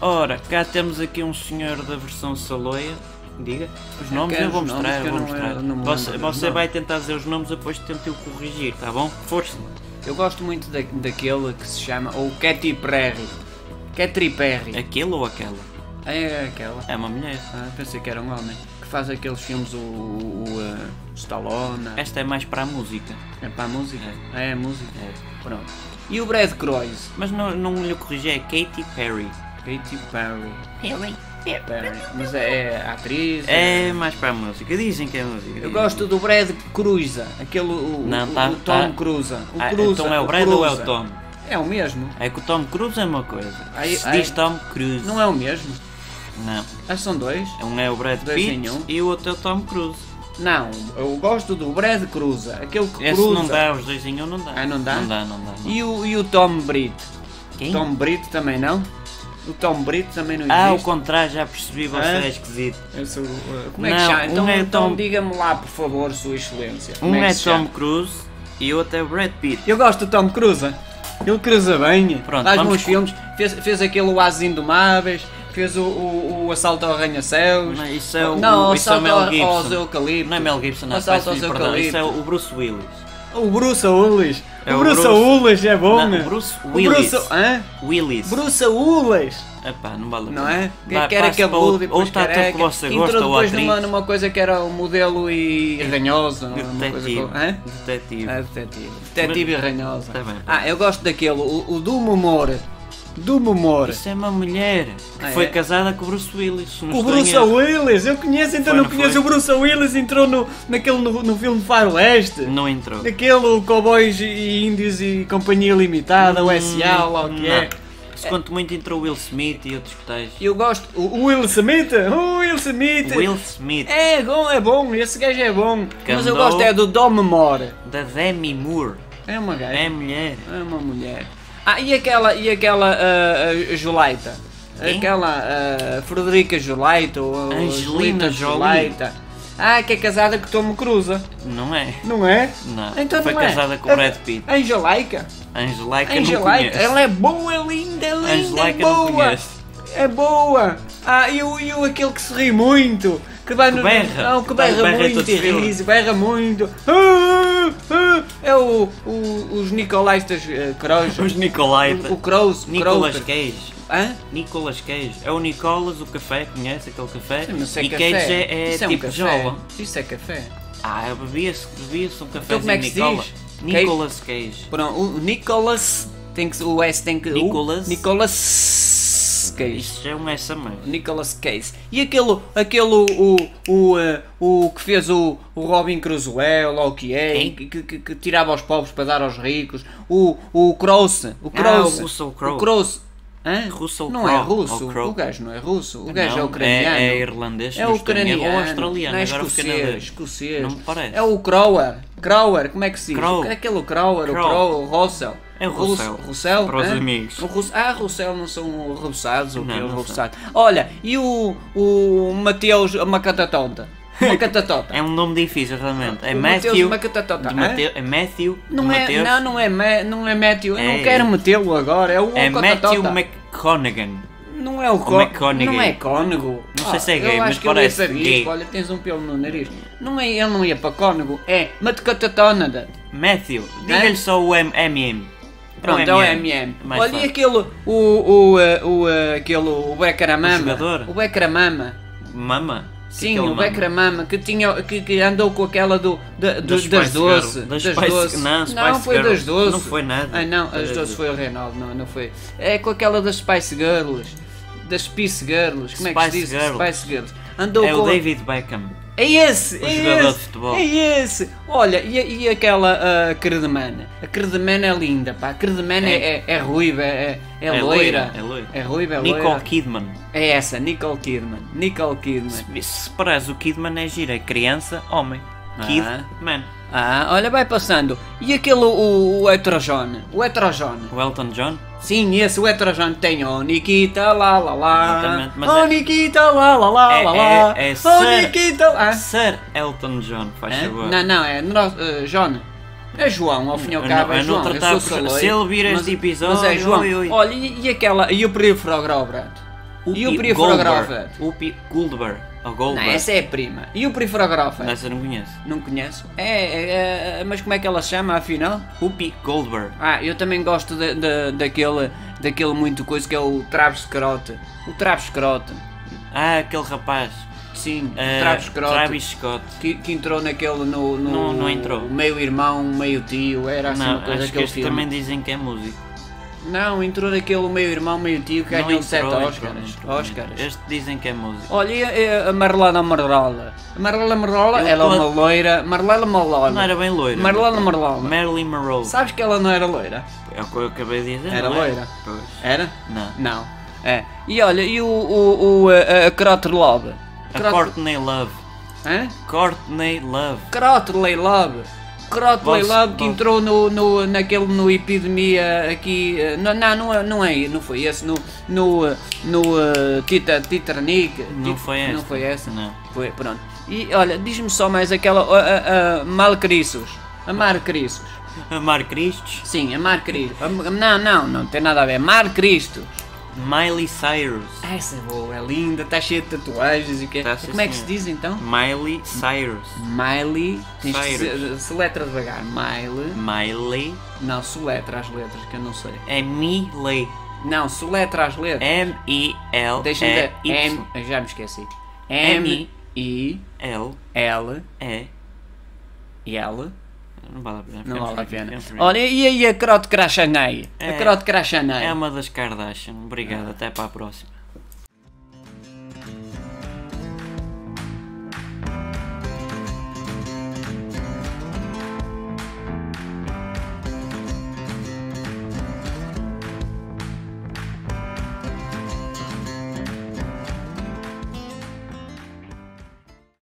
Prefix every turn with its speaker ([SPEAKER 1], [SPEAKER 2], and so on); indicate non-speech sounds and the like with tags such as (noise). [SPEAKER 1] Ora, cá temos aqui um senhor da versão Saloia. Diga os nomes,
[SPEAKER 2] quero
[SPEAKER 1] eu vou
[SPEAKER 2] os nomes,
[SPEAKER 1] mostrar.
[SPEAKER 2] É que
[SPEAKER 1] eu
[SPEAKER 2] eu
[SPEAKER 1] vou
[SPEAKER 2] não-
[SPEAKER 1] mostrar.
[SPEAKER 2] eu não me
[SPEAKER 1] você
[SPEAKER 2] lembro dos
[SPEAKER 1] você vai
[SPEAKER 2] nomes.
[SPEAKER 1] tentar dizer os nomes, depois tento eu corrigir, tá bom? Força.
[SPEAKER 2] Eu gosto muito da, daquele que se chama ou Katy Perry. Katy Perry.
[SPEAKER 1] Aquele ou aquela?
[SPEAKER 2] É aquela.
[SPEAKER 1] É uma mulher.
[SPEAKER 2] Ah, pensei que era um homem. Que faz aqueles filmes, o, o, o, eh, Stallone.
[SPEAKER 1] Esta é mais para a música.
[SPEAKER 2] É para a música? É, a música.
[SPEAKER 1] É.
[SPEAKER 2] Pronto. E o Brad Croix?
[SPEAKER 1] Mas não, não lhe corrigi, é Katy Perry.
[SPEAKER 2] Katy Perry. Perry. Mas é, é atriz?
[SPEAKER 1] É mais para a música. Dizem que é música.
[SPEAKER 2] Eu
[SPEAKER 1] dizem.
[SPEAKER 2] gosto do Brad Cruise, aquele o,
[SPEAKER 1] Não,
[SPEAKER 2] o-
[SPEAKER 1] tá-
[SPEAKER 2] o Tom
[SPEAKER 1] tá.
[SPEAKER 2] Cruise. O
[SPEAKER 1] Ah,
[SPEAKER 2] Cruise,
[SPEAKER 1] então é o Brad ou é o Tom?
[SPEAKER 2] É o mesmo.
[SPEAKER 1] É que o Tom Cruise é uma coisa.
[SPEAKER 2] Ai,
[SPEAKER 1] Se
[SPEAKER 2] ai.
[SPEAKER 1] diz Tom Cruise.
[SPEAKER 2] Não é o mesmo.
[SPEAKER 1] Não.
[SPEAKER 2] Ah, são dois?
[SPEAKER 1] Um é o Brad
[SPEAKER 2] Dois
[SPEAKER 1] Pitt
[SPEAKER 2] em um.
[SPEAKER 1] e o outro é o Tom Cruise.
[SPEAKER 2] Não, eu gosto do Brad Cruise, aquele que
[SPEAKER 1] Esse
[SPEAKER 2] cruza.
[SPEAKER 1] não dá, os dois em um não dá.
[SPEAKER 2] Ah, não dá?
[SPEAKER 1] Não dá, não dá. não.
[SPEAKER 2] E o, e o Tom Britt?
[SPEAKER 1] Quem?
[SPEAKER 2] Tom Britt também não? O Tom Britt também não
[SPEAKER 1] Ah, o
[SPEAKER 2] existe?
[SPEAKER 1] contrário, já percebi, você
[SPEAKER 2] Ah.
[SPEAKER 1] é esquisito.
[SPEAKER 2] Eu sou, uh, como é que
[SPEAKER 1] Não,
[SPEAKER 2] chama?
[SPEAKER 1] um
[SPEAKER 2] Então,
[SPEAKER 1] é
[SPEAKER 2] então
[SPEAKER 1] Tom-
[SPEAKER 2] diga-me lá, por favor, Sua Excelência.
[SPEAKER 1] Um
[SPEAKER 2] como
[SPEAKER 1] é,
[SPEAKER 2] que se chama?
[SPEAKER 1] Tom Cruise e o outro é o Brad Pitt.
[SPEAKER 2] Eu gosto do Tom Cruise. Ele cruza bem,
[SPEAKER 1] Pronto,
[SPEAKER 2] faz
[SPEAKER 1] vamos
[SPEAKER 2] bons
[SPEAKER 1] co-
[SPEAKER 2] filmes, fez, fez aquele O As Indomáveis, fez o, o, o Assalto ao Arranha-Céus.
[SPEAKER 1] Não, isso é o-
[SPEAKER 2] Não,
[SPEAKER 1] isso é o
[SPEAKER 2] Assalto
[SPEAKER 1] Mel
[SPEAKER 2] ao-
[SPEAKER 1] Gibson.
[SPEAKER 2] aos Eucaliptos.
[SPEAKER 1] Não é Mel Gibson, não,
[SPEAKER 2] Assalto aos
[SPEAKER 1] peço-lhe perdão. Isso é
[SPEAKER 2] Eucaliptos.
[SPEAKER 1] o Bruce Willis.
[SPEAKER 2] O Bruce Willis.
[SPEAKER 1] É
[SPEAKER 2] o
[SPEAKER 1] o
[SPEAKER 2] Bruce,
[SPEAKER 1] Bruce-
[SPEAKER 2] Willis é bom.
[SPEAKER 1] Não, o Bruce Willis.
[SPEAKER 2] O Bruce... Hã?
[SPEAKER 1] Willis.
[SPEAKER 2] Bruce Willis.
[SPEAKER 1] Epá, não vale a pena.
[SPEAKER 2] Não é? Que
[SPEAKER 1] Vá,
[SPEAKER 2] que era
[SPEAKER 1] passe para
[SPEAKER 2] cabeludo e
[SPEAKER 1] outro-
[SPEAKER 2] depois
[SPEAKER 1] outro ator
[SPEAKER 2] careca.
[SPEAKER 1] que você
[SPEAKER 2] Entrou
[SPEAKER 1] gosta ou
[SPEAKER 2] depois
[SPEAKER 1] atriz.
[SPEAKER 2] numa, numa coisa que era um modelo e ranhoso. Uma coisa
[SPEAKER 1] Detetive.
[SPEAKER 2] que... Hã?
[SPEAKER 1] Detetive.
[SPEAKER 2] Ah, detetive. Detetive e ranhosa.
[SPEAKER 1] Tá bem.
[SPEAKER 2] Ah, eu gosto daquele, o, o do humor. Do humor.
[SPEAKER 1] Isso é uma mulher que
[SPEAKER 2] Ah,
[SPEAKER 1] foi
[SPEAKER 2] é?
[SPEAKER 1] casada com o Bruce Willis. se não
[SPEAKER 2] O
[SPEAKER 1] estou em
[SPEAKER 2] Bruce
[SPEAKER 1] erro.
[SPEAKER 2] Willis, eu conheço,
[SPEAKER 1] Foi,
[SPEAKER 2] então não
[SPEAKER 1] não
[SPEAKER 2] conheço.
[SPEAKER 1] foi?
[SPEAKER 2] O Bruce Willis entrou no, naquele, no, no filme Faroeste.
[SPEAKER 1] Não entrou.
[SPEAKER 2] Aquele Cowboys e Índios e Companhia Limitada, o SA, lá o que é.
[SPEAKER 1] Hum, Não. Se quanto muito entrou o Will Smith e outros que tais.
[SPEAKER 2] Eu gosto. O o Will Smith? O Will Smith!
[SPEAKER 1] Will Smith,
[SPEAKER 2] É bom, é bom, esse gajo é bom. Mas eu
[SPEAKER 1] Candou.
[SPEAKER 2] gosto é do Dom More.
[SPEAKER 1] da Demi Moore,
[SPEAKER 2] É uma gaja.
[SPEAKER 1] é mulher.
[SPEAKER 2] É uma mulher. Ah, e aquela, e aquela ah, ah, Jolaita?
[SPEAKER 1] Quem?
[SPEAKER 2] Aquela ah, Frederica Jolaita ou
[SPEAKER 1] Angelina
[SPEAKER 2] Julita
[SPEAKER 1] Jolie.
[SPEAKER 2] Jolaita. Ah, que é casada com Tom Cruza,
[SPEAKER 1] Não é?
[SPEAKER 2] não é?
[SPEAKER 1] Não.
[SPEAKER 2] Então
[SPEAKER 1] Foi
[SPEAKER 2] não é.
[SPEAKER 1] casada com
[SPEAKER 2] A-
[SPEAKER 1] o Brad Pitt.
[SPEAKER 2] Angelica.
[SPEAKER 1] Angelica, não
[SPEAKER 2] Angelica.
[SPEAKER 1] conheço.
[SPEAKER 2] Ela é boa, linda, linda,
[SPEAKER 1] Angelica
[SPEAKER 2] é
[SPEAKER 1] não
[SPEAKER 2] boa.
[SPEAKER 1] conheço.
[SPEAKER 2] É boa. Ah, e o, e o aquele que se ri muito. Que vai
[SPEAKER 1] Que
[SPEAKER 2] no.
[SPEAKER 1] berra.
[SPEAKER 2] Não, que
[SPEAKER 1] Que
[SPEAKER 2] berra,
[SPEAKER 1] berra em
[SPEAKER 2] muito
[SPEAKER 1] todos
[SPEAKER 2] e
[SPEAKER 1] os filmes.
[SPEAKER 2] ri, berra muito. Ah, ah, É o, o- os Nicolás das uh,
[SPEAKER 1] Os Nicolaita.
[SPEAKER 2] o Crows,
[SPEAKER 1] Nicolas
[SPEAKER 2] Crowther.
[SPEAKER 1] Cage.
[SPEAKER 2] Hã?
[SPEAKER 1] Nicolas Cage. É o Nicolas, o café, conhece aquele café?
[SPEAKER 2] Sim, mas isso é
[SPEAKER 1] e
[SPEAKER 2] café.
[SPEAKER 1] Cage é, é
[SPEAKER 2] Isso
[SPEAKER 1] tipo
[SPEAKER 2] um café.
[SPEAKER 1] jola.
[SPEAKER 2] Isso é café.
[SPEAKER 1] Ah, eu bebia-se bebia um café
[SPEAKER 2] como é que se
[SPEAKER 1] Nicolas.
[SPEAKER 2] diz?
[SPEAKER 1] Nicolas Cage.
[SPEAKER 2] Pronto, o Nicolas tem que o S tem que o
[SPEAKER 1] Nicolas.
[SPEAKER 2] Nicolas Cage.
[SPEAKER 1] Isso já é um S a mais.
[SPEAKER 2] Nicolas Cage. E aquele aquele o o, eh, o que fez o, o Robin Crusoe, ou lá o que é,
[SPEAKER 1] Quem?
[SPEAKER 2] que, que- que tirava aos pobres para dar aos ricos, o o Cross, o
[SPEAKER 1] Ah,
[SPEAKER 2] Cross,
[SPEAKER 1] o Russell
[SPEAKER 2] O
[SPEAKER 1] Crowe.
[SPEAKER 2] Cross. Hã?
[SPEAKER 1] Russell
[SPEAKER 2] não é
[SPEAKER 1] Crowe,
[SPEAKER 2] russo,
[SPEAKER 1] ou Crowe. Ah,
[SPEAKER 2] o gajo não é russo, o gajo
[SPEAKER 1] Não,
[SPEAKER 2] é ucraniano.
[SPEAKER 1] É, é irlandês,
[SPEAKER 2] É
[SPEAKER 1] não estou em erro,
[SPEAKER 2] ucraniano,
[SPEAKER 1] ou australiano,
[SPEAKER 2] não é
[SPEAKER 1] agora fiquei na
[SPEAKER 2] escocês,
[SPEAKER 1] dúvida.
[SPEAKER 2] escocês.
[SPEAKER 1] Não me parece.
[SPEAKER 2] É o Crower, Crower, como é que se diz?
[SPEAKER 1] Crow.
[SPEAKER 2] É Aquele Crower, o
[SPEAKER 1] Crow.
[SPEAKER 2] Crow, o Russell.
[SPEAKER 1] É o
[SPEAKER 2] Rus-
[SPEAKER 1] Russell.
[SPEAKER 2] Russell?
[SPEAKER 1] Para os
[SPEAKER 2] hã?
[SPEAKER 1] amigos.
[SPEAKER 2] O Rus- Ah, Russell não são rusados, ou que
[SPEAKER 1] Não,
[SPEAKER 2] é
[SPEAKER 1] não
[SPEAKER 2] o
[SPEAKER 1] são.
[SPEAKER 2] russado. Olha, e o, o Mateus Macatatonta? Macatatota.
[SPEAKER 1] (laughs) É um nome difícil, realmente. É Matthew.
[SPEAKER 2] O Mateus Macatatota.
[SPEAKER 1] de
[SPEAKER 2] hã?
[SPEAKER 1] Mateu, é Matthew. de
[SPEAKER 2] Não é,
[SPEAKER 1] Mateus,
[SPEAKER 2] não, não é, Ma- não é Matthew, eu
[SPEAKER 1] É.
[SPEAKER 2] não quero metê-lo agora, é o
[SPEAKER 1] é Matthew
[SPEAKER 2] Macatatota.
[SPEAKER 1] McConaughey.
[SPEAKER 2] Não é o
[SPEAKER 1] Ou
[SPEAKER 2] Cônego.
[SPEAKER 1] McConaughey.
[SPEAKER 2] Não é Cônego.
[SPEAKER 1] Não sei se é
[SPEAKER 2] eu
[SPEAKER 1] gay,
[SPEAKER 2] acho
[SPEAKER 1] mas
[SPEAKER 2] que ele
[SPEAKER 1] parece
[SPEAKER 2] ia para isto.
[SPEAKER 1] gay.
[SPEAKER 2] Olha, tens um pelo no nariz. Não é, ele não ia para Cônego, é
[SPEAKER 1] É
[SPEAKER 2] Matcatatónada.
[SPEAKER 1] Matthew. Diga-lhe só o M- MM.
[SPEAKER 2] Né? Pronto, é o MM.
[SPEAKER 1] Mais
[SPEAKER 2] Olha, e
[SPEAKER 1] fácil.
[SPEAKER 2] aquele, o, o, eh, o, eh, aquele, o Becaramama.
[SPEAKER 1] O jogador?
[SPEAKER 2] O Becaramama.
[SPEAKER 1] Mama. Que
[SPEAKER 2] Sim,
[SPEAKER 1] que é
[SPEAKER 2] o
[SPEAKER 1] mama?
[SPEAKER 2] Becramama, que, tinha, que, que andou com aquela do, da- do-
[SPEAKER 1] Das
[SPEAKER 2] das,
[SPEAKER 1] Spice
[SPEAKER 2] doce.
[SPEAKER 1] Girl, das
[SPEAKER 2] das
[SPEAKER 1] Spice-
[SPEAKER 2] doce.
[SPEAKER 1] não, Spice
[SPEAKER 2] não foi
[SPEAKER 1] Girl,
[SPEAKER 2] das doce.
[SPEAKER 1] não foi nada.
[SPEAKER 2] Ah, não, as
[SPEAKER 1] Das
[SPEAKER 2] doce
[SPEAKER 1] Doce.
[SPEAKER 2] foi o Reinaldo, não, não foi. É com aquela das Spice Girls. Das Spice Girls, como é que se
[SPEAKER 1] Spice
[SPEAKER 2] diz?
[SPEAKER 1] Girl.
[SPEAKER 2] Spice Girls. Andou
[SPEAKER 1] É
[SPEAKER 2] com.
[SPEAKER 1] o David Beckham.
[SPEAKER 2] É esse!
[SPEAKER 1] o
[SPEAKER 2] é
[SPEAKER 1] jogador
[SPEAKER 2] esse,
[SPEAKER 1] de futebol.
[SPEAKER 2] É esse! Olha, e, e aquela ah, Credemana? A Credemana é linda, pá. A Credemana é, é, é ruiva, é, é,
[SPEAKER 1] É
[SPEAKER 2] loira.
[SPEAKER 1] loira, é loira.
[SPEAKER 2] ruiva, é
[SPEAKER 1] Nicole
[SPEAKER 2] loira.
[SPEAKER 1] Kidman.
[SPEAKER 2] É essa, Nicole Kidman. Nicole Kidman.
[SPEAKER 1] Se se separares o Kidman é gira. É criança, homem.
[SPEAKER 2] Ah.
[SPEAKER 1] Kidman.
[SPEAKER 2] Ah, olha, vai passando. E aquele, o, o heterogone? O heterogone?
[SPEAKER 1] O Elton John.
[SPEAKER 2] Sim, esse o heterogene tem o Nikita lá lá lá.
[SPEAKER 1] Exatamente, mas
[SPEAKER 2] O
[SPEAKER 1] é-
[SPEAKER 2] Nikita lá lá lá
[SPEAKER 1] É-
[SPEAKER 2] lá lá.
[SPEAKER 1] é- é
[SPEAKER 2] O
[SPEAKER 1] ser-
[SPEAKER 2] Nikita lá.
[SPEAKER 1] Sir Elton John, faz
[SPEAKER 2] Ah. Hã?
[SPEAKER 1] favor.
[SPEAKER 2] Não, não, é no, eh, John. É João, ao fim e ao
[SPEAKER 1] Eu
[SPEAKER 2] cabo,
[SPEAKER 1] não-
[SPEAKER 2] é
[SPEAKER 1] eu não
[SPEAKER 2] João. Eu
[SPEAKER 1] tratava
[SPEAKER 2] sou
[SPEAKER 1] por-
[SPEAKER 2] saloio,
[SPEAKER 1] se ele vir este
[SPEAKER 2] mas-
[SPEAKER 1] episódio,
[SPEAKER 2] Mas é João.
[SPEAKER 1] ui, ui.
[SPEAKER 2] Olha, e, e aquela. E o perifrogró, Brad? E o periferográfico?
[SPEAKER 1] Upi Goldberg. Ou
[SPEAKER 2] Não,
[SPEAKER 1] Goldberg.
[SPEAKER 2] essa é a prima. E o periferográfico?
[SPEAKER 1] Essa eu não conheço.
[SPEAKER 2] Não conheço. É, é, é, mas como é que ela se chama afinal?
[SPEAKER 1] Upi Goldberg.
[SPEAKER 2] Ah, eu também gosto da- da- daquele, daquele muito coisa que é o Travis Crote. O Travis Crote.
[SPEAKER 1] Ah, aquele rapaz.
[SPEAKER 2] Sim, o
[SPEAKER 1] Ah,
[SPEAKER 2] Travis Assim, Crote.
[SPEAKER 1] Travis Scott.
[SPEAKER 2] Que, que entrou naquele no, no-
[SPEAKER 1] Não- não entrou.
[SPEAKER 2] meio irmão, meio tio, era assim
[SPEAKER 1] não,
[SPEAKER 2] uma coisa
[SPEAKER 1] acho que
[SPEAKER 2] daquele
[SPEAKER 1] este
[SPEAKER 2] filme.
[SPEAKER 1] também dizem que é músico.
[SPEAKER 2] Não, entrou naquele meio irmão, meio tio que
[SPEAKER 1] Não
[SPEAKER 2] ganhou
[SPEAKER 1] entrou,
[SPEAKER 2] 7
[SPEAKER 1] entrou,
[SPEAKER 2] Oscars.
[SPEAKER 1] entrou.
[SPEAKER 2] Oscars.
[SPEAKER 1] Este dizem que é músico.
[SPEAKER 2] Olha, e a- e a Marlana Marlola? A Marlana Marlola,
[SPEAKER 1] Eu
[SPEAKER 2] ela é
[SPEAKER 1] tô-
[SPEAKER 2] uma loira. Marlana Marlola.
[SPEAKER 1] Não era bem loiro.
[SPEAKER 2] Marlana Marlola.
[SPEAKER 1] Marilyn Monroe.
[SPEAKER 2] Sabes que ela não era loira?
[SPEAKER 1] É o que eu acabei de dizer.
[SPEAKER 2] Era
[SPEAKER 1] não é?
[SPEAKER 2] loira.
[SPEAKER 1] Pois.
[SPEAKER 2] Era?
[SPEAKER 1] Não.
[SPEAKER 2] Não. É. E olha, e o, o, eh, o a, a Crotter Love?
[SPEAKER 1] A Courtney Love.
[SPEAKER 2] Hã?
[SPEAKER 1] Courtney Love.
[SPEAKER 2] Crotley Love. Crotley
[SPEAKER 1] Vos-
[SPEAKER 2] Love que
[SPEAKER 1] vos-
[SPEAKER 2] entrou no, no, naquele no epidemia aqui. eh, Não, não, não, é- não é, não foi esse, no. No. eh, No. eh, Tita, Titanic.
[SPEAKER 1] Não
[SPEAKER 2] Tit-
[SPEAKER 1] foi essa.
[SPEAKER 2] Não foi essa.
[SPEAKER 1] Não.
[SPEAKER 2] Foi, pronto. E olha, diz-me só mais aquela. A, a, a Malcrisos. A Marcrisos.
[SPEAKER 1] Amar Cristos.
[SPEAKER 2] Sim, a Marcrisos. A- Não, não, não tem nada a ver. Marcristo.
[SPEAKER 1] Miley Cyrus.
[SPEAKER 2] Ah, essa é boa, é linda, está cheia de tatuagens e o quê?
[SPEAKER 1] Tá, sim,
[SPEAKER 2] Como é que se
[SPEAKER 1] senhor.
[SPEAKER 2] diz então?
[SPEAKER 1] Miley Cyrus.
[SPEAKER 2] Miley, tens que
[SPEAKER 1] Cyrus.
[SPEAKER 2] se, se letra devagar. Miley,
[SPEAKER 1] Miley
[SPEAKER 2] não, soletra as letras, que eu não sei.
[SPEAKER 1] é Miley.
[SPEAKER 2] Não, soletra as letras. Deixa-me ver.
[SPEAKER 1] M-I-L-E-Y.
[SPEAKER 2] M, já me esqueci.
[SPEAKER 1] é, M-
[SPEAKER 2] M-I-L-L.
[SPEAKER 1] L-E. Não vale a pena.
[SPEAKER 2] Não
[SPEAKER 1] Ficamos
[SPEAKER 2] vale a
[SPEAKER 1] por
[SPEAKER 2] pena.
[SPEAKER 1] aqui, ficamos por aqui.
[SPEAKER 2] Olha, e aí a Crote Crachanei? A
[SPEAKER 1] É.
[SPEAKER 2] Crote
[SPEAKER 1] É
[SPEAKER 2] Crachanei.
[SPEAKER 1] uma das Kardashian. Obrigado. Até para a próxima.